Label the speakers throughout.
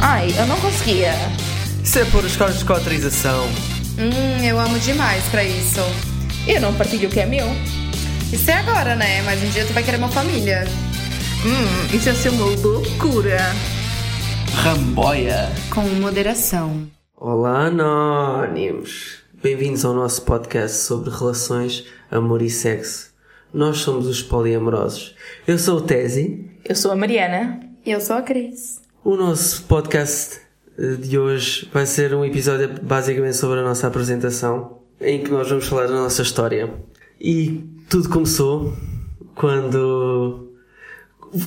Speaker 1: Ai, eu não conseguia.
Speaker 2: Isso é por escolas de cotrização.
Speaker 3: Hum, eu amo demais pra isso.
Speaker 1: Eu não partilho o que é meu.
Speaker 3: Isso é agora, né? Mas um dia tu vai querer uma família. é
Speaker 1: Hum, isso ia ser uma loucura.
Speaker 2: Ramboia.
Speaker 3: Com moderação.
Speaker 2: Olá, anónimos. Bem-vindos ao nosso podcast sobre relações, amor e sexo. Nós somos os poliamorosos. Eu sou o Tesi.
Speaker 1: Eu sou a Mariana.
Speaker 3: Eu sou a Cris.
Speaker 2: O nosso podcast eh, de hoje vai ser um episódio basicamente sobre a nossa apresentação, em que nós vamos falar da nossa história. E tudo começou quando.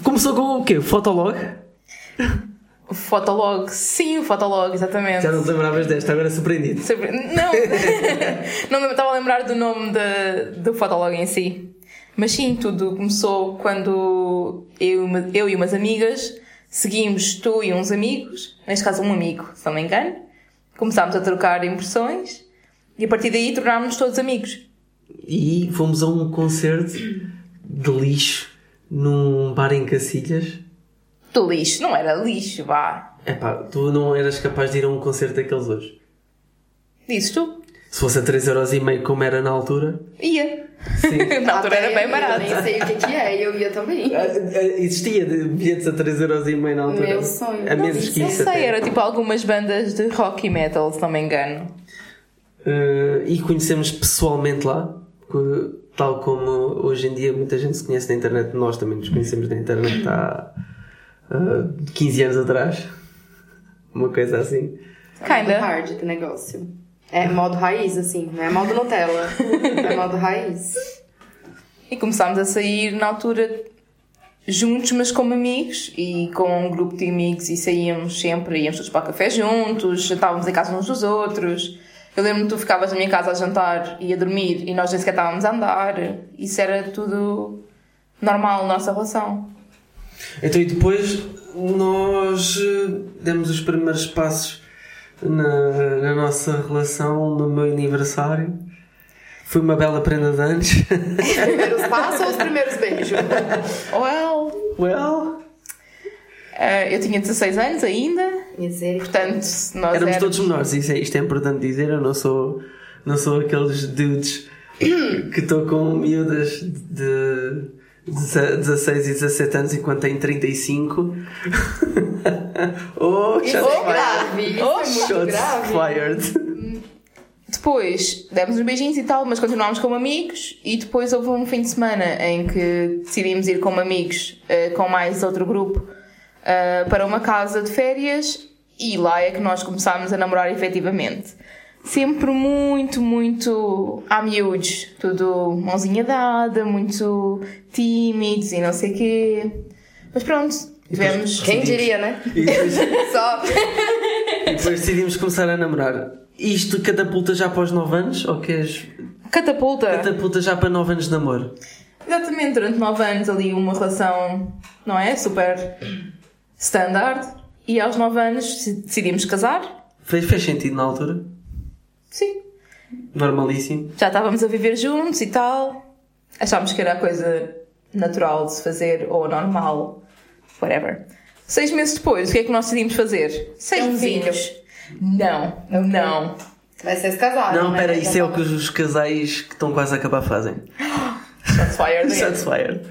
Speaker 2: Começou com o quê? O Fotolog?
Speaker 1: O Fotolog. Sim, o Fotolog, exatamente.
Speaker 2: Já não te lembravas desta, agora surpreendido.
Speaker 1: Sobre- Não, não me estava a lembrar do nome da- do Fotolog em si. Mas sim, tudo começou quando eu, e uma- eu e umas amigas seguimos tu e uns amigos, neste caso um amigo, se não me engano. Começámos a trocar impressões e a partir daí tornámos-nos todos amigos.
Speaker 2: E fomos a um concerto de lixo num bar em Cacilhas.
Speaker 1: Do lixo, não era lixo, vá.
Speaker 2: Epá, tu não eras capaz de ir a um concerto daqueles hoje.
Speaker 1: Dizes tu?
Speaker 2: Se fosse a 3,5€ como era na altura,
Speaker 1: Ia. Na altura era bem barato.
Speaker 3: barato. Eu nem sei o que, que é, eu ia também.
Speaker 2: Ah, ah, Existia de bilhetes a 3,5€ na altura.
Speaker 3: Meu sonho.
Speaker 2: A
Speaker 3: Não,
Speaker 2: menos que
Speaker 1: Não
Speaker 2: isso.
Speaker 1: sei,
Speaker 2: até.
Speaker 1: era tipo algumas bandas de rock e metal, se não me engano.
Speaker 2: Ah, e conhecemos pessoalmente lá, que, tal como hoje em dia muita gente se conhece na internet, nós também nos conhecemos na internet há ah, 15 anos atrás. Uma coisa assim.
Speaker 3: Modo
Speaker 1: Kinda.
Speaker 3: hard do negócio. É modo raiz, assim. Não é modo Nutella. é modo raiz.
Speaker 1: E começámos a sair na altura juntos, mas como amigos e com um grupo de amigos e saíamos sempre, íamos todos para o café juntos, jantávamos em casa uns dos outros. Eu lembro-me que tu ficavas na minha casa a jantar e a dormir e nós nem sequer estávamos a andar. Isso era tudo normal na nossa relação.
Speaker 2: Então, e depois nós eh, demos os primeiros passos na, na nossa relação no meu aniversário. Foi uma bela prenda de anos.
Speaker 3: Os primeiros passos ou os primeiros beijos?
Speaker 1: Well,
Speaker 2: well,
Speaker 1: eh, eu tinha 16 anos ainda,
Speaker 3: Misericórdia.
Speaker 1: portanto
Speaker 2: éramos
Speaker 1: nós éramos...
Speaker 2: todos menores, isso é, isto é importante dizer. Eu não sou, não sou aqueles dudes que estão com miúdas de 16 e 17 anos enquanto têm 35. oh,
Speaker 3: Isso
Speaker 2: shots
Speaker 3: é
Speaker 2: fired!
Speaker 3: grave. Isso
Speaker 1: Oxe.
Speaker 3: é
Speaker 2: Shots
Speaker 3: muito grave.
Speaker 2: fired!
Speaker 1: Depois demos uns beijinhos e tal, mas continuámos como amigos. E depois houve um fim de semana em que decidimos ir como amigos, eh, com mais outro grupo, eh, para uma casa de férias. E lá é que nós começámos a namorar efetivamente. Sempre muito, muito à miúdos. Tudo mãozinha dada, muito tímidos e não sei quê. Mas pronto, tivemos.
Speaker 3: Quem diria, né?
Speaker 2: E depois-
Speaker 3: Só.
Speaker 2: E depois decidimos começar a namorar. Isto catapulta já para os 9 anos? Ou queres.
Speaker 1: Catapulta!
Speaker 2: Catapulta já para 9 anos de namoro?
Speaker 1: Exatamente, durante nove anos ali uma relação, não é? Super standard. E aos nove anos dec- decidimos casar.
Speaker 2: Fez, fez sentido na altura?
Speaker 1: Sim.
Speaker 2: Normalíssimo.
Speaker 1: Já estávamos a viver juntos e tal. Achámos que era a coisa natural de se fazer ou normal. Whatever. Seis meses depois, o que é que nós decidimos fazer? Seis
Speaker 3: Ter um filho.
Speaker 1: mesinhos. Não, não.
Speaker 3: Mas vocês casaram.
Speaker 2: Não,
Speaker 3: né?
Speaker 2: espera, isso é o
Speaker 3: Então,
Speaker 2: que os casais que estão quase a acabar fazem.
Speaker 1: Shots fired again.
Speaker 2: Shots fired.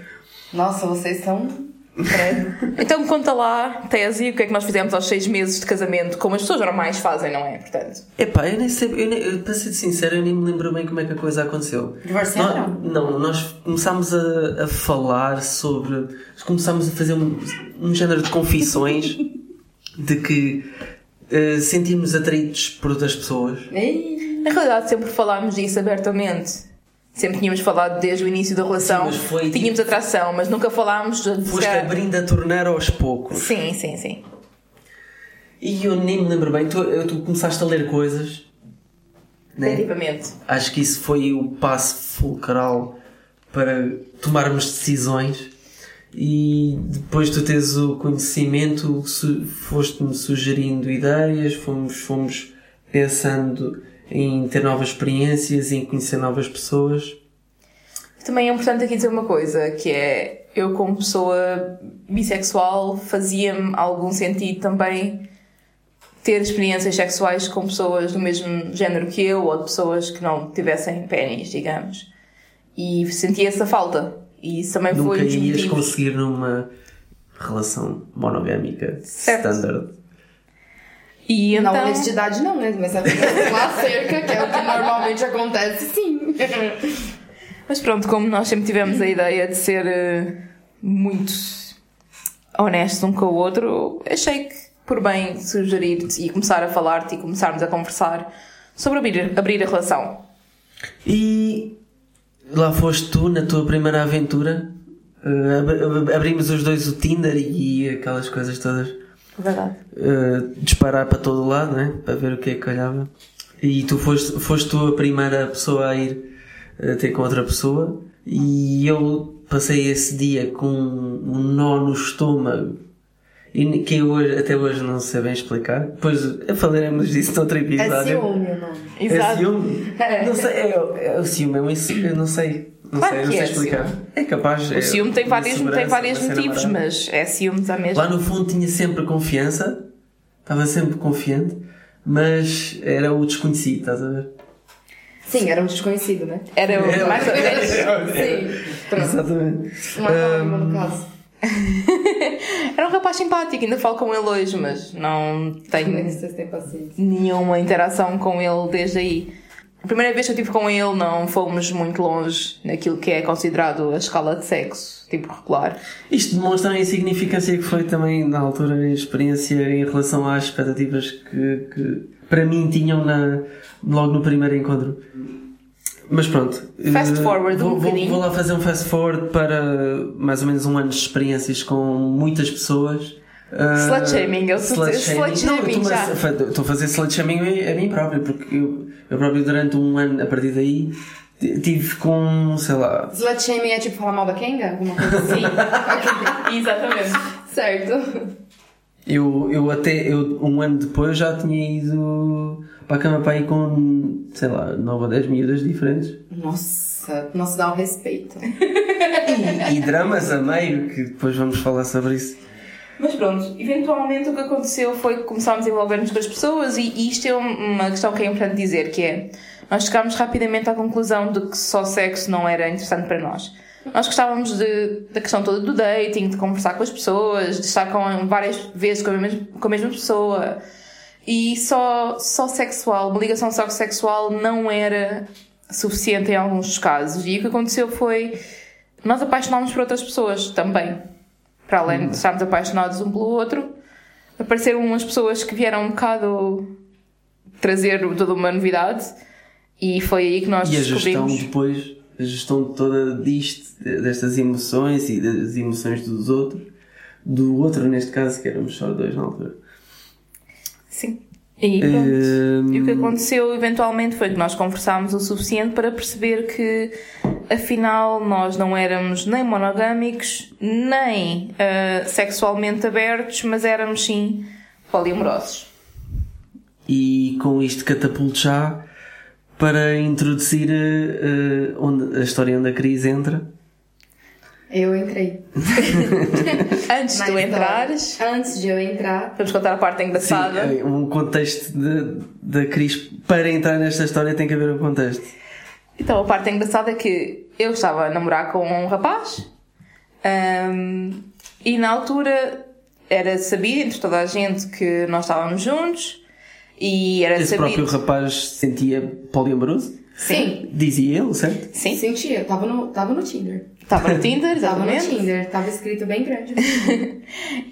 Speaker 3: Nossa, vocês são. credo.
Speaker 1: Então conta lá, Tese, o que é que nós fizemos aos seis meses de casamento, como as pessoas normais fazem, não é? Portanto.
Speaker 2: Epá, eu nem sei, eu nem, eu, para ser sincero, eu nem me lembro bem como é que a coisa aconteceu.
Speaker 3: Divorciaram?
Speaker 2: Nós- Não, nós começámos a, a falar sobre. Começámos a fazer um, um género de confissões de que eh, sentimos atraídos por outras pessoas.
Speaker 3: Ei.
Speaker 1: Na realidade, sempre falámos disso abertamente. Sempre tínhamos falado desde o início da relação.
Speaker 2: mas foi- tipo-
Speaker 1: Tínhamos atração, mas nunca falámos de.
Speaker 2: Foste abrindo a torneira aos poucos.
Speaker 1: Sim, sim, sim.
Speaker 2: E eu nem me lembro bem, tu, eu- tu começaste a ler coisas. Né?
Speaker 1: Efetivamente.
Speaker 2: Acho que isso foi o passo fulcral para tomarmos decisões. E depois de tu teres o conhecimento, su- foste-me sugerindo ideias, fomos, fomos pensando em ter novas experiências, em conhecer novas pessoas.
Speaker 1: Também é importante aqui dizer uma coisa, que é eu como pessoa bissexual fazia-me algum sentido também ter experiências sexuais com pessoas do mesmo género que eu ou de pessoas que não tivessem pênis, digamos. E senti essa falta. E isso também foi
Speaker 2: Nunca
Speaker 1: um dos
Speaker 2: ias
Speaker 1: motivos.
Speaker 2: conseguir numa relação monogâmica
Speaker 1: Certo.
Speaker 2: standard.
Speaker 1: E
Speaker 3: Na
Speaker 1: então...
Speaker 3: então... de idade não, né? Mas é uma cerca, que é o que normalmente acontece, sim.
Speaker 1: Mas pronto, como nós sempre tivemos a ideia de ser eh, muito honestos um com o outro, achei que por bem sugerir-te e começar a falar-te e começarmos a conversar sobre abrir, abrir a relação.
Speaker 2: E lá foste tu na tua primeira aventura. Eh, ab- ab- abrimos os dois o Tinder e aquelas coisas todas.
Speaker 1: Verdade.
Speaker 2: Eh, disparar para todo lado, né? Para ver o que é que olhava. E tu foste, foste tu a primeira pessoa a ir eh, ter com outra pessoa. E eu passei esse dia com um nó no estômago. E que eu hoje, até hoje não sei bem explicar. Depois eh, falaremos disso noutro episódio.
Speaker 3: É ciúme o nome.
Speaker 2: É ciúme? Não sei, é, é o ciúme, é um inse- eu não sei. Não
Speaker 1: Claro
Speaker 2: sei, eu
Speaker 1: que
Speaker 2: não sei
Speaker 1: é
Speaker 2: explicar.
Speaker 1: ciúme.
Speaker 2: É capaz.
Speaker 1: O ciúme tem vários, tem vários motivos, mas é ciúmes à mesma.
Speaker 2: Lá no fundo tinha sempre confiança, estava sempre confiante, mas era o desconhecido, estás a ver?
Speaker 3: Sim, era um desconhecido, né?
Speaker 1: Era o-
Speaker 2: É,
Speaker 1: mais ou menos.
Speaker 3: Sim, pronto.
Speaker 2: Exatamente.
Speaker 3: Não é problema no caso.
Speaker 1: Era um rapaz simpático, ainda falo com ele hoje, mas não tenho
Speaker 3: Vocês têm paciência.
Speaker 1: nenhuma interação com ele desde aí. A primeira vez que eu estive com ele, não fomos muito longe naquilo que é considerado a escala de sexo, tipo regular.
Speaker 2: Isto demonstra a insignificância que foi também na altura a experiência em relação às expectativas que, que para mim tinham na, logo no primeiro encontro. Mas pronto.
Speaker 1: Fast
Speaker 2: eh,
Speaker 1: forward um
Speaker 2: vou, vou-
Speaker 1: bocadinho.
Speaker 2: vou lá fazer um fast forward para mais ou menos um ano de experiências com muitas pessoas. Ah,
Speaker 1: Slut shaming, eu sou-
Speaker 2: slut
Speaker 1: slut
Speaker 2: shaming. Não,
Speaker 1: shaming
Speaker 2: estou a-
Speaker 1: já.
Speaker 2: fa- Estou a fazer slut shaming a a mim próprio, porque eu, eu próprio durante um ano a partir daí t- tive com, sei lá,
Speaker 3: Slut shaming é tipo falar mal da Kenga? Alguma coisa assim?
Speaker 1: Exatamente.
Speaker 3: certo.
Speaker 2: Eu, eu até, eu, um ano depois já tinha ido para a cama para ir com, sei lá, 9 ou 10 miúdas diferentes.
Speaker 3: Nossa, nossa, dá um respeito.
Speaker 2: E, e dramas a meio, que depois vamos falar sobre isso.
Speaker 1: Mas pronto, eventualmente o que aconteceu foi que começámos a envolver-nos com as pessoas e, e isto é um- uma questão que é importante dizer, que é nós chegámos rapidamente à conclusão de que só sexo não era interessante para nós. Nós gostávamos de- da questão toda do dating, de conversar com as pessoas, de estar com várias vezes com a mesma, com a mesma pessoa. E só, só sexual, uma ligação só sexual não era suficiente em alguns dos casos. E o que aconteceu foi nós apaixonámos por outras pessoas também. Para
Speaker 2: Hum.
Speaker 1: além de estarmos apaixonados um pelo outro, apareceram umas pessoas que vieram um bocado trazer toda uma novidade e foi aí que nós
Speaker 2: E a gestão
Speaker 1: descobrimos.
Speaker 2: depois, a gestão toda disto, de- destas emoções e das emoções dos outros, do outro neste caso, que éramos só dois na altura.
Speaker 1: Sim. E pronto.
Speaker 2: Ehm,
Speaker 1: E o que aconteceu eventualmente foi que nós conversámos o suficiente para perceber que afinal nós não éramos nem monogâmicos nem ah, sexualmente abertos, mas éramos sim poliamorosos.
Speaker 2: e com isto catapulto já para introduzir eh, eh, onde, a história onde a crise entra.
Speaker 3: Eu entrei.
Speaker 1: Antes de tu
Speaker 3: Mas,
Speaker 1: entrares,
Speaker 3: ó, Antes de eu entrar,
Speaker 1: vamos contar a parte
Speaker 2: Sim,
Speaker 1: engraçada.
Speaker 2: é um contexto de- da Cris para entrar nesta história tem que haver um contexto.
Speaker 1: Então, a parte engraçada é que eu estava a namorar com um rapaz ahm, e na altura era sabido entre toda a gente que nós estávamos juntos e era
Speaker 2: Esse
Speaker 1: sabido.
Speaker 2: próprio rapaz se sentia poliamoroso,
Speaker 1: Sim.
Speaker 2: dizia ele, certo?
Speaker 1: Sim,
Speaker 3: sentia. Tava no, tava no Tinder.
Speaker 1: estava no Tinder,
Speaker 3: Tava no
Speaker 1: exatamente.
Speaker 3: Tinder. Tava escrito bem grande.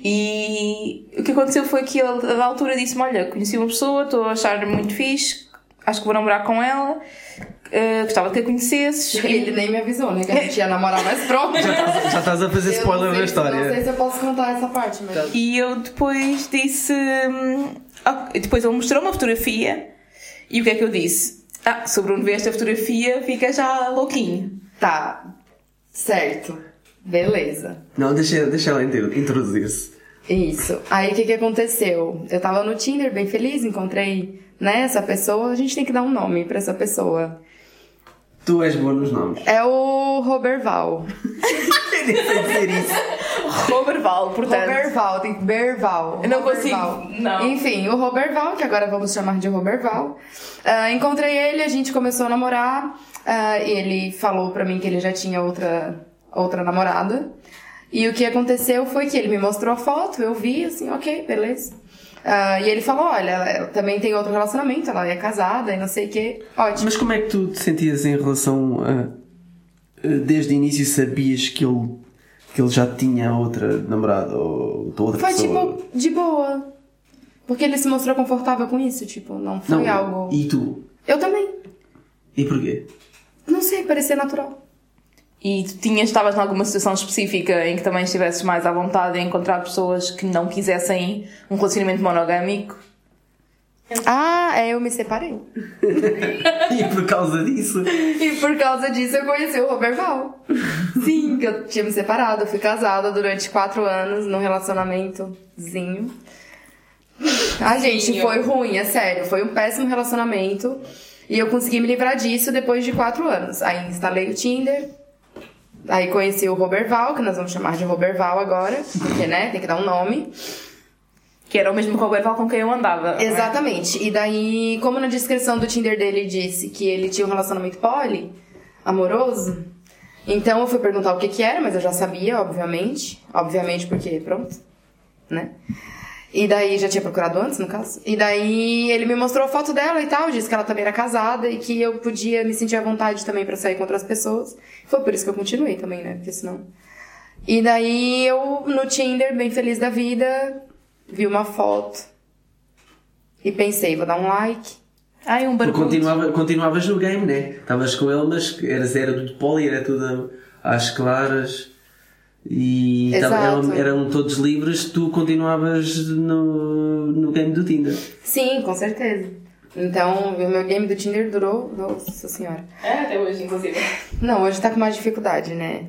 Speaker 1: E o que aconteceu foi que ele, da altura, disse-me: Olha, conheci uma pessoa, estou a achar muito fixe, acho que vou namorar com ela, ah, gostava que a conhecesses.
Speaker 3: E ele nem me avisou, né? Que a gente ia namorar mais próximo.
Speaker 2: Já
Speaker 1: tá
Speaker 2: estás, já estás a fazer
Speaker 3: Eu
Speaker 2: spoiler
Speaker 3: não sei-
Speaker 2: da
Speaker 3: Não
Speaker 2: história.
Speaker 3: sei se eu posso contar essa parte, mas.
Speaker 1: E eu depois disse. hum, ah, Depois ele mostrou uma fotografia e o que é que eu disse? Ah, se o Bruno vê esta fotografia, fica já louquinho.
Speaker 3: Tá. Certo. Beleza.
Speaker 2: Não, deixa, deixa ela inter- introduzir-se.
Speaker 3: Isso. Aí o que, que aconteceu? Eu tava no Tinder bem feliz, encontrei né, essa pessoa. A gente tem que dar um nome pra essa pessoa.
Speaker 2: Tu és boa nos nomes.
Speaker 3: É o Roberval.
Speaker 2: Eu nem sei dizer isso.
Speaker 1: Roberval, portanto.
Speaker 3: Roberval, tem que Berval.
Speaker 1: Eu não
Speaker 3: Roberval.
Speaker 1: consigo, não.
Speaker 3: Enfim, o Roberval, que agora vamos chamar de Roberval. ah, encontrei ele, a gente começou a namorar. ah, ele falou pra mim que ele já tinha outra, outra namorada. E o que aconteceu foi que ele me mostrou a foto, eu vi, assim, ok, beleza. Ah, e ele falou, olha, ela- ela também tem outro relacionamento, ela é casada e não sei o que. Ótimo.
Speaker 2: Mas como é que tu te sentias em relação a. a- Desde o início sabias que ele, que ele já tinha outra namorada ou outra
Speaker 3: Foi
Speaker 2: pessoa?
Speaker 3: tipo, de boa. Porque ele se mostrou confortável com isso, tipo, não foi
Speaker 2: Não,
Speaker 3: algo.
Speaker 2: E tu?
Speaker 3: Eu também.
Speaker 2: E porquê?
Speaker 3: Não sei, parecia natural.
Speaker 1: E tu tinhas, estavas em alguma situação específica em que também estivesses mais à vontade em encontrar pessoas que não quisessem um relacionamento monogâmico?
Speaker 3: Ah, é, eu me separei.
Speaker 2: E por causa disso?
Speaker 3: E por causa disso eu conheci o Robert Val. Sim, que eu tinha me separado, eu fui casada durante quatro anos num relacionamentozinho. Ah, gente,
Speaker 1: Zinho.
Speaker 3: foi ruim, é sério. Foi um péssimo relacionamento. E eu consegui me livrar disso depois de quatro anos. Aí instalei o Tinder. Aí conheci o Roberval, que nós vamos chamar de Roberval agora, porque, né, tem que dar um nome.
Speaker 1: Que era o mesmo Roberval com quem eu andava. não é?
Speaker 3: Exatamente. E daí, como na descrição do Tinder dele disse que ele tinha um relacionamento poli, amoroso, então eu fui perguntar o que que era, mas eu já sabia, obviamente. Obviamente porque, pronto, né? E daí, já tinha procurado antes, no caso. E daí, ele me mostrou a foto dela e tal, disse que ela também era casada e que eu podia me sentir à vontade também pra sair com outras pessoas. Foi por isso que eu continuei também, né? Porque senão... E daí, eu, no Tinder, bem feliz da vida, vi uma foto e pensei, vou dar um like.
Speaker 1: Ai, um
Speaker 2: Porque
Speaker 1: barbudo.
Speaker 2: continuava, continuavas no game, né? Estavas com ele, mas eras, era tudo poli, era tudo às claras e
Speaker 3: Exato.
Speaker 2: tava- eram, eram todos livres, tu continuavas no, no game do Tinder.
Speaker 3: Sim, com certeza. Então, o meu game do Tinder durou... Nossa senhora.
Speaker 1: É, até hoje, inclusive.
Speaker 3: Não, hoje tá com mais dificuldade, né?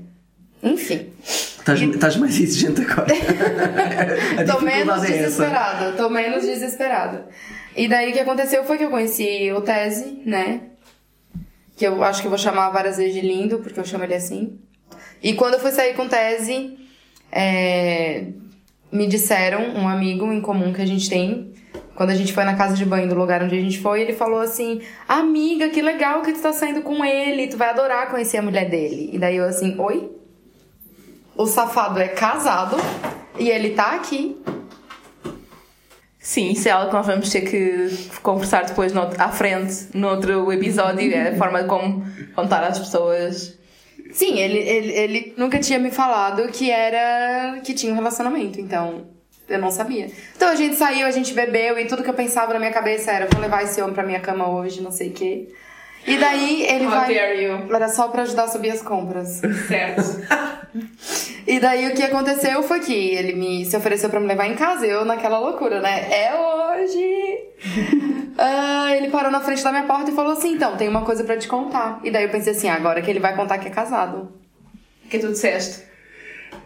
Speaker 3: Enfim.
Speaker 2: Estás estás mais exigente agora. A
Speaker 3: Tô
Speaker 2: dificuldade
Speaker 3: menos
Speaker 2: é essa.
Speaker 3: desesperada, tô menos desesperada. E daí o que aconteceu foi que eu conheci o Tese, né? Que eu acho que eu vou chamar várias vezes de lindo, porque eu chamo ele assim. E quando eu fui sair com o Tese, é, me disseram, um amigo em comum que a gente tem, quando a gente foi na casa de banho do lugar onde a gente foi, ele falou assim: Amiga, que legal que tu tá saindo com ele, tu vai adorar conhecer a mulher dele. E daí eu assim: Oi? O safado é casado e ele tá aqui.
Speaker 1: Sim, isso é algo que nós vamos ter que conversar depois no, à frente, no outro episódio, é a forma como contar às pessoas.
Speaker 3: Sim, ele, ele, ele nunca tinha me falado que era. que tinha um relacionamento, então eu não sabia. Então a gente saiu, a gente bebeu e tudo que eu pensava na minha cabeça era: vou levar esse homem pra minha cama hoje, não sei o quê. E daí ele
Speaker 1: How
Speaker 3: vai.
Speaker 1: dare you.
Speaker 3: Era só pra ajudar a subir as compras.
Speaker 1: Certo.
Speaker 3: E daí o que aconteceu foi que ele me se ofereceu pra me levar em casa, e eu naquela loucura, né? É hoje! Ah, ele parou na frente da minha porta e falou assim: então, tem uma coisa pra te contar. E daí eu pensei assim: agora que ele vai contar que é casado.
Speaker 1: que tu disseste?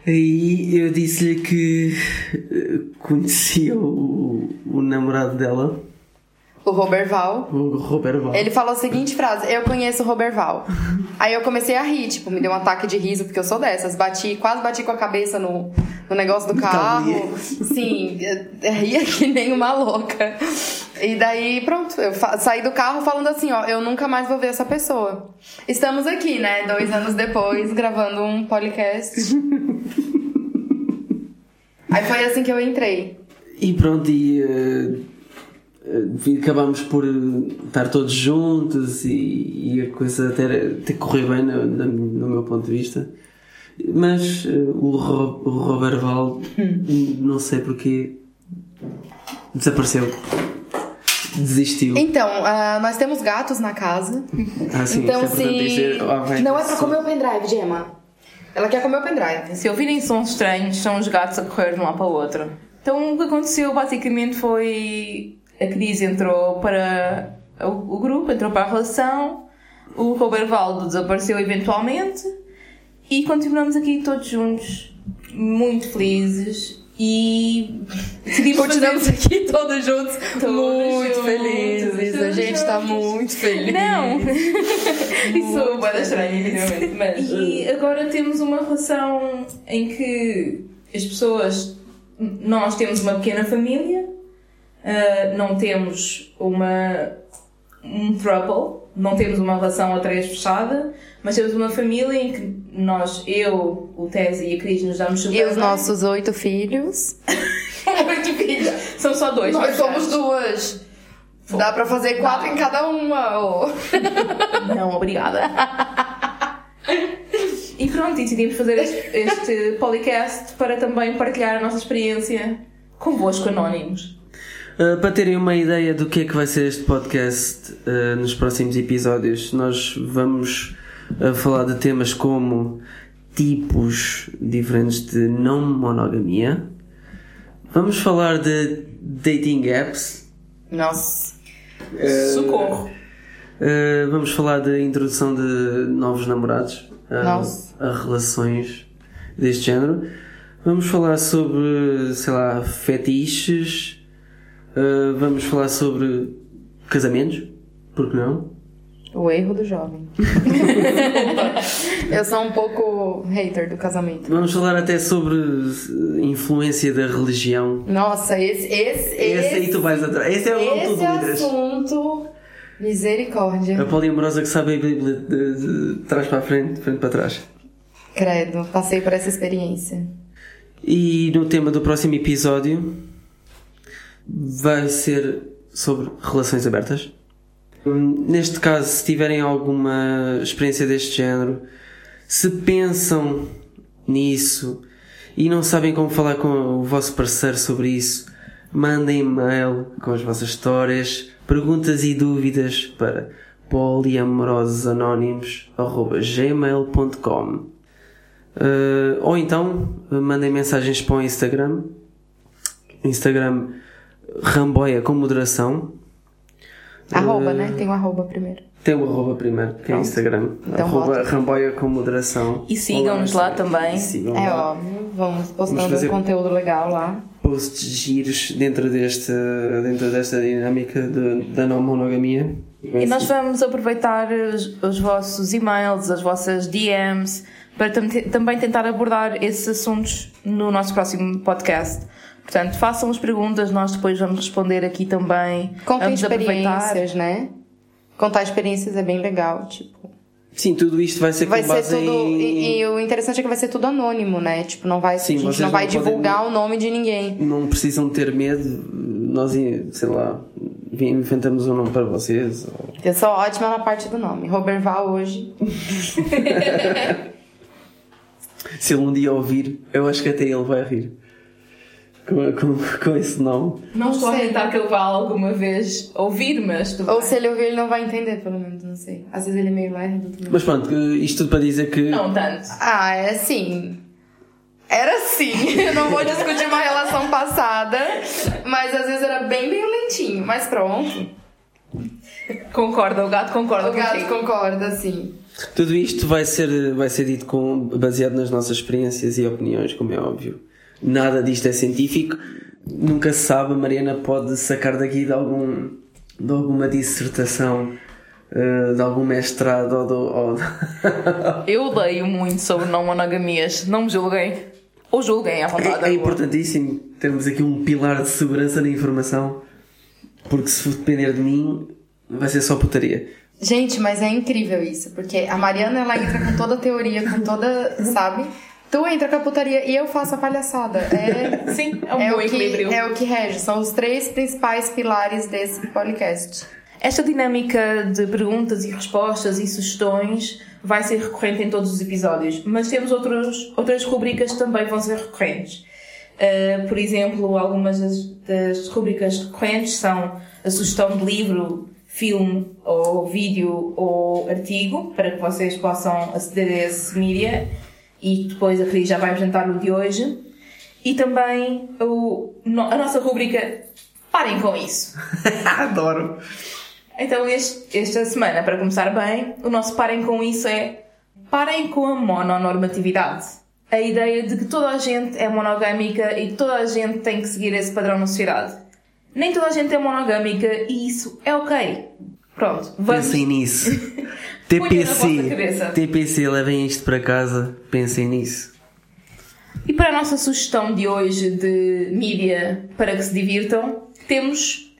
Speaker 2: Aí eu disse-lhe que eh, conhecia o, o namorado dela,
Speaker 3: O Roberval.
Speaker 2: o Robert Val.
Speaker 3: Ele falou a seguinte frase: Eu conheço o Roberval. Aí eu comecei a rir, tipo, me deu um ataque de riso, porque eu sou dessas. Bati, quase bati com a cabeça no, no negócio do carro. Sim, eu- eu ria que nem uma louca. E daí, pronto, eu fa- saí do carro falando assim: Ó, eu nunca mais vou ver essa pessoa. Estamos aqui, né? Dois anos depois, gravando um podcast. Aí foi assim que eu entrei.
Speaker 2: E pronto, e eh, eh, acabámos por eh, estar todos juntos e, e a coisa até, até correu bem no, no- no meu ponto de vista. Mas eh, o, Ro, o Robert Val,
Speaker 3: Hum.
Speaker 2: não sei porquê, desapareceu. Desistiu.
Speaker 3: Então, ah, nós temos gatos na casa.
Speaker 2: Ah, sim,
Speaker 3: Então,
Speaker 2: isso é importante
Speaker 3: se.
Speaker 2: dizer. Ah, vai,
Speaker 3: Não é pra
Speaker 2: sim.
Speaker 3: comer o pendrive, Gemma. Ela quer comer o pendrive.
Speaker 1: Se ouvirem sons estranhos, são os gatos a correr de um lado para o outro. Então o que aconteceu basicamente foi a Cris entrou para o, o grupo, entrou para a relação, o Robert Valdo desapareceu eventualmente e continuamos aqui todos juntos, muito felizes e decidimos
Speaker 3: Continuamos
Speaker 1: fazer-
Speaker 3: aqui todos juntos,
Speaker 1: Todos
Speaker 3: muito
Speaker 1: juntos,
Speaker 3: felizes. A
Speaker 1: todos
Speaker 3: gente tá
Speaker 1: juntos.
Speaker 3: muito feliz.
Speaker 1: Não! Isso é uma
Speaker 3: feliz. uh.
Speaker 1: estranha, evidentemente, mas. E agora temos uma relação em que as pessoas. Nós temos uma pequena família, ah, não temos uma. um trouble, não temos uma relação a três fechada, mas temos uma família em que nós, eu, o Tese e a Cris, nos damos super
Speaker 3: E os
Speaker 1: bem.
Speaker 3: nossos oito filhos?
Speaker 1: Oito filhos. São só dois.
Speaker 3: Nós
Speaker 1: mas-
Speaker 3: somos duas. Dá pra fazer quatro em cada uma. ô.
Speaker 1: Não, obrigada. e pronto, e decidimos fazer este, este podcast para também partilhar a nossa experiência convosco, anónimos.
Speaker 2: Uh, para terem uma ideia do que é que vai ser este podcast uh, nos próximos episódios, nós vamos uh, falar de temas como tipos diferentes de não monogamia, vamos falar de dating apps,
Speaker 3: Nossa.
Speaker 1: Socorro.
Speaker 2: uh, vamos falar da introdução de novos namorados a,
Speaker 3: Nossa.
Speaker 2: a relações deste género, vamos falar sobre, sei lá, fetiches, uh, vamos falar sobre casamentos, por que não?
Speaker 3: O erro do jovem. Eu sou um pouco hater do casamento.
Speaker 2: Vamos falar até sobre eh, influência da religião.
Speaker 3: Nossa, esse. Esse,
Speaker 2: Esse aí tu vais atrás. Esse é o nome
Speaker 3: esse
Speaker 2: que tu lidas.
Speaker 3: assunto. Misericórdia.
Speaker 2: A poliamorosa que sabe a Bíblia de, de, trás para a frente, de frente para trás.
Speaker 3: Credo, passei por essa experiência.
Speaker 2: E no tema do próximo episódio vai ser sobre relações abertas. Hum, Neste caso, se tiverem alguma experiência deste género, se pensam nisso e não sabem como falar com o vosso parceiro sobre isso, mandem e-mail com as vossas histórias, perguntas e dúvidas para poliamorosanónimos.gmail.com Uh, ou então uh, mandem mensagens para o Instagram. Instagram Ramboia com moderação. É.
Speaker 3: Arroba, né? Tem um arroba primeiro.
Speaker 2: Tem o arroba primeiro, que é
Speaker 3: Pronto.
Speaker 2: Instagram.
Speaker 3: Então
Speaker 2: arroba
Speaker 3: bota.
Speaker 2: Ramboia com moderação.
Speaker 1: E sigam-nos lá também.
Speaker 2: E sigam
Speaker 3: É
Speaker 2: lá.
Speaker 3: óbvio, vamos postando
Speaker 2: Vamos fazer-
Speaker 3: conteúdo legal lá.
Speaker 2: Posts giros dentro, deste, dentro desta dinâmica de- da não monogamia.
Speaker 1: E nós vamos aproveitar os, os vossos e-mails, as vossas DMs, para tam- também tentar abordar esses assuntos no nosso próximo podcast. Portanto, façam as perguntas, nós depois vamos responder aqui também.
Speaker 3: Contem
Speaker 1: vamos
Speaker 3: experiências, né? Contar experiências é bem legal, tipo.
Speaker 2: Sim, tudo isto vai ser
Speaker 3: Vai
Speaker 2: com
Speaker 3: ser
Speaker 2: base
Speaker 3: tudo.
Speaker 2: em...
Speaker 3: E, e o interessante é que vai ser tudo anônimo, né? Tipo, não vai,
Speaker 2: Sim,
Speaker 3: a gente
Speaker 2: vocês
Speaker 3: não vai
Speaker 2: não podem-
Speaker 3: divulgar o nome de ninguém.
Speaker 2: Não precisam ter medo. Nós, sei lá, inventamos um nome para vocês. ou-
Speaker 3: Eu sou ótima na parte do nome. Roberval hoje.
Speaker 2: Se ele um dia ouvir, eu acho que até ele vai rir. Com, com, com esse nome.
Speaker 1: Não estou a
Speaker 3: Sim.
Speaker 1: tentar que ele vá alguma vez ouvir, mas tudo
Speaker 3: Ou
Speaker 1: bem.
Speaker 3: se ele ouvir, ele não vai entender, pelo menos, não sei. Às vezes ele é meio lerdo também.
Speaker 2: Mas pronto, isto tudo para dizer que.
Speaker 1: não tanto.
Speaker 3: Ah, é assim. Era assim. Eu não vou discutir uma relação passada, mas às vezes era bem, bem lentinho. Mas pronto.
Speaker 1: Concorda, o gato concorda
Speaker 3: O gato
Speaker 1: contigo.
Speaker 3: concorda, sim.
Speaker 2: Tudo isto vai ser, vai ser dito com, baseado nas nossas experiências e opiniões, como é óbvio. Nada disto é científico. Nunca se sabe, a Mariana pode sacar daqui de, algum, de alguma dissertação, eh, de algum mestrado ou. Do, ou
Speaker 1: Eu odeio muito sobre não monogamias. Não me julguem. Ou julguem à vontade.
Speaker 2: É, é importantíssimo termos aqui um pilar de segurança na informação, porque se for depender de mim, vai ser só putaria.
Speaker 3: Gente, mas é incrível isso, porque a Mariana ela entra com toda a teoria, com toda, sabe? Tu entra com a putaria e eu faço a palhaçada. É,
Speaker 1: Sim, é um
Speaker 3: é
Speaker 1: bom
Speaker 3: o
Speaker 1: equilíbrio.
Speaker 3: que, é o que rege. São os três principais pilares desse podcast.
Speaker 1: Esta dinâmica de perguntas e respostas e sugestões vai ser recorrente em todos os episódios, mas temos outros, outras rubricas que também vão ser recorrentes. Uh, por exemplo, algumas das, das rubricas recorrentes são a sugestão de livro, filme ou vídeo ou artigo para que vocês possam aceder a esse mídia e depois a Cris já vai apresentar o de hoje. E também o, no- a nossa rubrica Parem com isso!
Speaker 2: Adoro!
Speaker 1: Então, este- esta semana, para começar bem, o nosso parem com isso é parem com a mononormatividade. A ideia de que toda a gente é monogâmica e toda a gente tem que seguir esse padrão na sociedade. Nem toda a gente é monogâmica e isso é ok. Pronto, vamos.
Speaker 2: Pensem nisso.
Speaker 1: Ponham na vossa
Speaker 2: TPC.
Speaker 1: cabeça.
Speaker 2: TPC, levem isto para casa, pensem nisso.
Speaker 1: E para a nossa sugestão de hoje de mídia para que se divirtam, temos.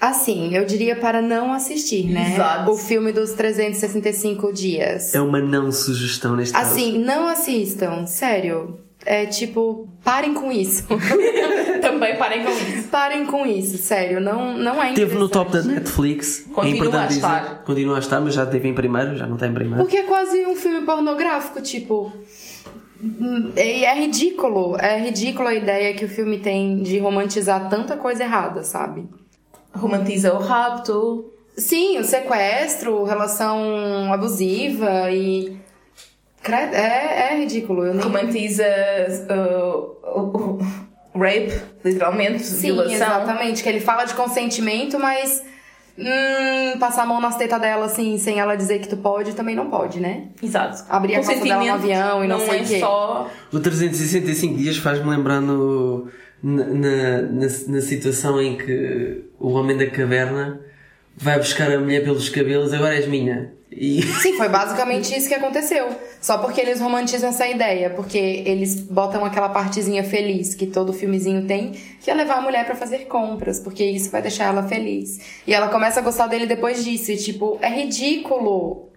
Speaker 3: Assim, eu diria para não assistir, né?
Speaker 1: Exato.
Speaker 3: O filme dos 365 dias.
Speaker 2: É uma não sugestão neste
Speaker 1: Ah,
Speaker 2: caso.
Speaker 3: Assim, não assistam, sério. É tipo, parem com isso.
Speaker 1: Também parem com isso.
Speaker 3: parem com isso, sério. Não, não é
Speaker 2: Teve no top da
Speaker 3: interessante.
Speaker 2: Netflix.
Speaker 1: Continua
Speaker 2: é importante
Speaker 1: a
Speaker 2: dizer.
Speaker 1: estar.
Speaker 2: Continua a estar, mas já teve em primeiro, já não tem em primeiro.
Speaker 3: Porque é quase um filme pornográfico, tipo. É, é ridículo. É ridícula a ideia que o filme tem de romantizar tanta coisa errada, sabe?
Speaker 1: Romantiza o rapto.
Speaker 3: Sim, o sequestro, relação abusiva e. Credo, É, é ridículo. Eu nem...
Speaker 1: Romantiza uh, o- o rape, literalmente,
Speaker 3: Sim,
Speaker 1: violação.
Speaker 3: exatamente. Que ele fala de consentimento, mas. Hum, passar a mão nas tetas dela, assim, sem ela dizer que tu pode, também não pode, né?
Speaker 1: Exato.
Speaker 3: Abrir a calça dela no
Speaker 1: Consentimento
Speaker 3: avião e não sei
Speaker 1: é
Speaker 3: o quê.
Speaker 1: só.
Speaker 2: O 365 dias faz-me lembrar no, na, na, na, na situação em que o homem da caverna vai buscar a mulher pelos cabelos, agora és minha. E
Speaker 3: Sim, foi basicamente isso que aconteceu. Só porque eles romantizam essa ideia, porque eles botam aquela partezinha feliz que todo filmezinho tem, que é levar a mulher pra fazer compras, porque isso vai deixar ela feliz. E ela começa a gostar dele depois disso, e tipo, é ridículo.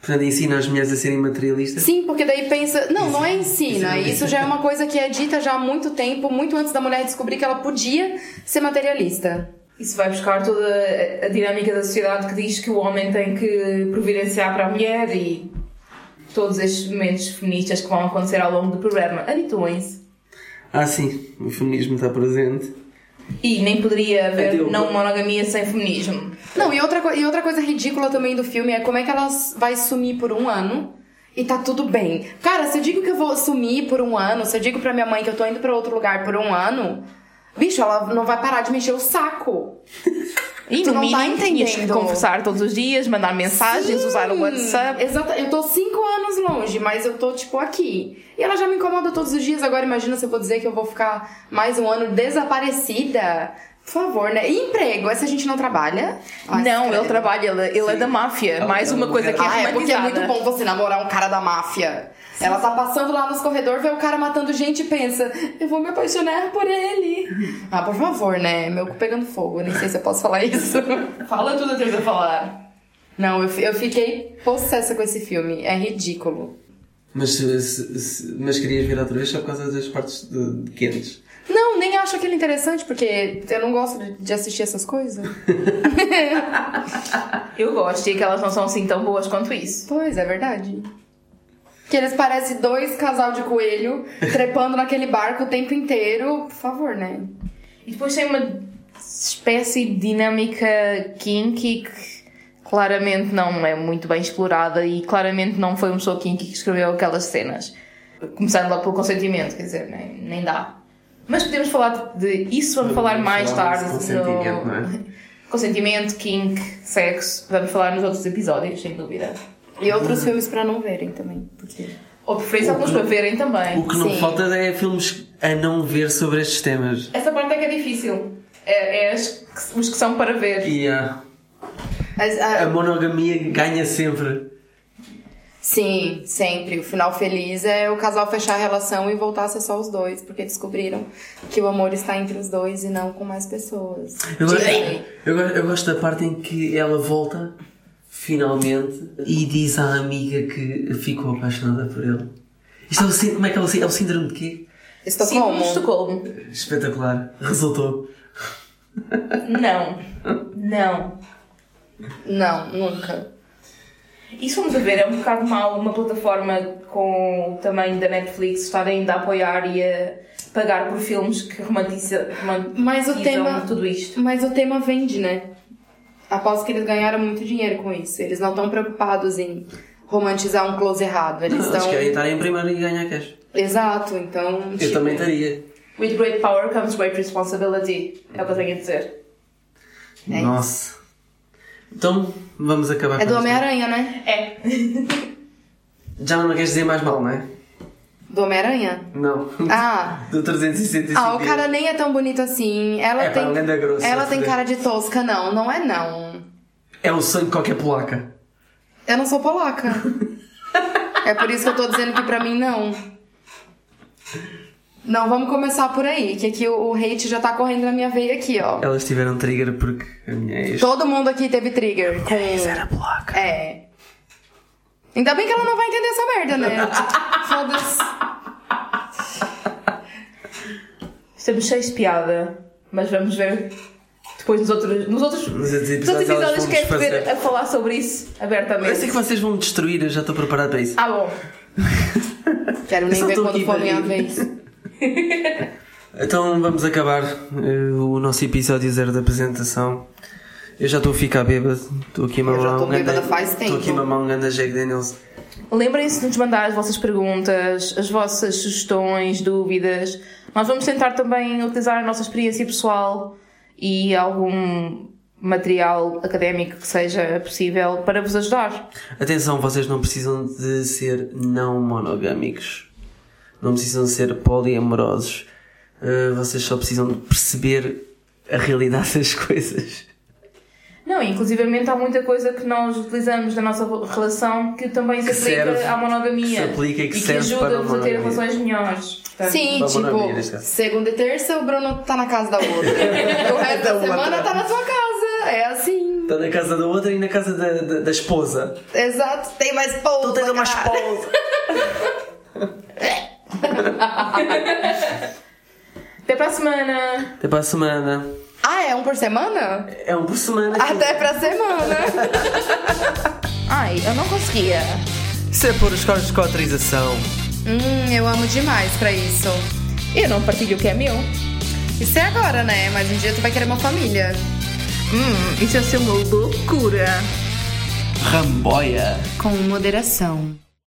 Speaker 2: portanto ensina as mulheres a serem materialistas.
Speaker 3: Sim, porque daí pensa, não, não é
Speaker 2: Ensina.
Speaker 3: ensina, isso já é uma coisa que é dita já há muito tempo, muito antes da mulher descobrir que ela podia ser materialista.
Speaker 1: Isso vai buscar toda a- a dinâmica da sociedade que diz que o homem tem que providenciar para a mulher e todos estes momentos feministas que vão acontecer ao longo do programa. Habituem-se.
Speaker 2: Ah, sim, o feminismo está presente.
Speaker 1: E nem poderia haver
Speaker 2: Adeus.
Speaker 1: não monogamia sem feminismo.
Speaker 3: Não, e outra, co- e outra coisa ridícula também do filme é como é que ela s- vai sumir por um ano e tá tudo bem. Cara, se eu digo que eu vou sumir por um ano, se eu digo pra minha mãe que eu tô indo pra outro lugar por um ano, bicho, ela não vai parar de mexer o saco.
Speaker 1: E
Speaker 3: Tu
Speaker 1: no
Speaker 3: não tá
Speaker 1: mínimo tinhas que
Speaker 3: entendendo.
Speaker 1: conversar todos os dias, mandar mensagens, usar o WhatsApp.
Speaker 3: Exato, Hum, eu tô cinco anos longe, mas eu tô, tipo, aqui. E ela já me incomoda todos os dias, agora imagina se eu vou dizer que eu vou ficar mais um ano desaparecida. Por favor, né? E emprego? Essa gente não trabalha? Ai,
Speaker 1: não,
Speaker 3: credo.
Speaker 1: ele trabalha, ele, ele é
Speaker 2: Sim.
Speaker 1: da máfia.
Speaker 2: Ela-
Speaker 1: Mais
Speaker 2: ela
Speaker 1: uma
Speaker 2: não
Speaker 1: coisa
Speaker 2: quer-
Speaker 1: que é
Speaker 3: ah, é porque é
Speaker 1: romantizada.
Speaker 3: muito bom você namorar um cara da máfia. Ela tá passando lá nos corredores, vê o cara matando gente e pensa, eu vou me apaixonar por ele. Ah, por favor, né? Meu cu pegando fogo, nem sei se eu posso falar isso.
Speaker 1: Fala tudo o que tens a falar.
Speaker 3: Não, eu, fi- eu fiquei possessa com esse filme. É ridículo.
Speaker 2: Mas, se- se- se- mas querias ver outra vez só por causa das partes de, de quentes.
Speaker 3: Não, nem acho aquilo interessante, porque eu não gosto de- de assistir essas coisas.
Speaker 1: Eu gosto e que elas não são assim tão boas quanto isso.
Speaker 3: Pois, é verdade. Que eles parecem dois casal de coelho trepando naquele barco o tempo inteiro. Por favor, né?
Speaker 1: E depois tem uma espécie de dinâmica kinky que claramente não é muito bem explorada e claramente não foi uma pessoa kinky que escreveu aquelas cenas. Começando logo pelo consentimento, quer dizer, nem, nem dá. Mas podemos falar de de isso, vamos falar mais tarde. no-
Speaker 2: Consentimento, não é?
Speaker 1: Consentimento, kink, sexo, vamos falar nos outros episódios, sem dúvida.
Speaker 3: E outros filmes pra não verem também. Porque...
Speaker 1: Ou de preferência
Speaker 2: O que
Speaker 1: alguns para
Speaker 2: não-
Speaker 1: verem também.
Speaker 2: O que não
Speaker 3: Sim.
Speaker 2: falta é filmes a não ver sobre estes temas.
Speaker 1: Essa parte é que é difícil. É, é as que- os que são para ver.
Speaker 2: E ah,
Speaker 3: Mas, ah,
Speaker 2: a monogamia ganha sempre.
Speaker 3: Sim, sempre. O final feliz é o casal fechar a relação e voltar a ser só os dois, porque descobriram que o amor está entre os dois e não com mais pessoas.
Speaker 2: Eu gosto,
Speaker 3: Dizem.
Speaker 2: eu gosto- eu gosto da parte em que ela volta, finalmente, e diz à amiga que ficou apaixonada por ele. Isto é o, sínd- como é que é o, sí- é o síndrome de quê?
Speaker 1: Síndrome de
Speaker 3: Estocolmo.
Speaker 1: Estocolmo.
Speaker 2: Espetacular. Resultou.
Speaker 1: Não. Não.
Speaker 3: Não, nunca.
Speaker 1: Isso vamos a ver, é um bocado mal uma plataforma com o tamanho da Netflix estar ainda a apoiar e a pagar por filmes que romantiza, romantizam
Speaker 3: Mas o tema-
Speaker 1: tudo isto.
Speaker 3: Mas o tema vende, né? Aposto que eles ganharam muito dinheiro com isso. Eles não estão preocupados em romantizar um close errado. Eles
Speaker 2: Não, Eles querem
Speaker 3: estão.
Speaker 2: é estar em primeiro e ganhar cash.
Speaker 3: Exato, então.
Speaker 2: tá- Eu
Speaker 3: tipo,
Speaker 2: também estaria.
Speaker 1: With great power comes great responsibility. É o que eu tenho a dizer.
Speaker 3: É isso.
Speaker 2: Nossa. Então, vamos acabar
Speaker 3: É
Speaker 2: com
Speaker 3: do
Speaker 2: isto.
Speaker 3: Homem-Aranha, né?
Speaker 1: É.
Speaker 2: Já não queres dizer mais mal, não é?
Speaker 3: Do Homem-Aranha?
Speaker 2: Não.
Speaker 3: Ah,
Speaker 2: Do 365
Speaker 3: Ah, o
Speaker 2: dias.
Speaker 3: cara nem é tão bonito assim. Ela
Speaker 2: É, pá,
Speaker 3: tem.
Speaker 2: um ganda grosso,
Speaker 3: ela
Speaker 2: vai
Speaker 3: tem
Speaker 2: fuder.
Speaker 3: cara de tosca, não, não é não.
Speaker 2: É o sonho de qualquer polaca.
Speaker 3: Eu não sou polaca. é por isso que eu tô dizendo que pra mim não. Não, vamos começar por aí, que aqui o, o hate já tá correndo na minha veia aqui, ó.
Speaker 2: Elas tiveram trigger porque a minha ex
Speaker 3: Todo mundo aqui teve trigger com...
Speaker 2: era placa.
Speaker 3: É. Ainda bem que ela não vai entender essa merda, né? Foda-se.
Speaker 1: Estamos cheios de piada, mas vamos ver depois nos outros, nos outros,
Speaker 2: Nos outros episódios elas
Speaker 1: nos outros episódios
Speaker 2: vão
Speaker 1: quero te ver
Speaker 2: desfazer.
Speaker 1: a falar sobre isso
Speaker 2: Eu sei
Speaker 1: abertamente.
Speaker 2: que vocês vão me destruir, eu já estou preparado para isso.
Speaker 1: Ah, bom.
Speaker 3: Quero
Speaker 2: Eu
Speaker 3: nem
Speaker 2: só
Speaker 3: ver
Speaker 2: tô
Speaker 3: quando
Speaker 2: aqui
Speaker 3: for
Speaker 2: pra
Speaker 3: minha
Speaker 2: rir.
Speaker 3: vez.
Speaker 2: Então vamos acabar eh, o nosso episódio zero da apresentação. Eu já estou a ficar bêbado, estou aqui a mamar
Speaker 3: já tô
Speaker 2: um ganda-
Speaker 3: bêbada faz
Speaker 2: Estou aqui a
Speaker 3: tempo.
Speaker 2: mamar um ganda Jack Daniels.
Speaker 1: Lembrem-se de nos mandar as vossas perguntas, as vossas sugestões, dúvidas. Nós vamos tentar também utilizar a nossa experiência pessoal e algum material académico que seja possível para vos ajudar.
Speaker 2: Atenção, vocês não precisam de ser não monogâmicos. Não precisam de ser poliamorosos. Eh, vocês só precisam de perceber a realidade das coisas.
Speaker 1: Não, inclusivamente há muita coisa que nós utilizamos na nossa relação que também se
Speaker 2: Que
Speaker 1: aplica
Speaker 2: serve,
Speaker 1: à monogamia.
Speaker 2: que se aplica e que
Speaker 1: e que
Speaker 2: serve para a
Speaker 1: ajuda-vos a ter
Speaker 2: monogamia.
Speaker 1: relações melhores. Portanto,
Speaker 3: Sim,
Speaker 2: Vamos na minha,
Speaker 3: tipo,
Speaker 2: neste caso.
Speaker 3: segunda e terça o Bruno tá na casa da outra. o resto da semana tá na sua casa. É assim.
Speaker 2: Está na casa da outra e na casa da, da, da esposa.
Speaker 3: Exato, tem mais pouco.
Speaker 2: Estou tendo uma esposa.
Speaker 1: Até para a semana!
Speaker 2: Até para a semana.
Speaker 3: Ah, é um por semana?
Speaker 2: É um por semana.
Speaker 3: Até pra semana.
Speaker 1: Ai, eu não conseguia.
Speaker 2: Isso é por os códigos de cotrização.
Speaker 3: hum, eu amo demais pra isso.
Speaker 1: Eu não partilho o que é meu.
Speaker 3: Isso é agora, né? Mas um dia tu vai querer uma família. é
Speaker 1: Hum, isso ia ser uma loucura.
Speaker 2: Ramboia.
Speaker 3: Com moderação.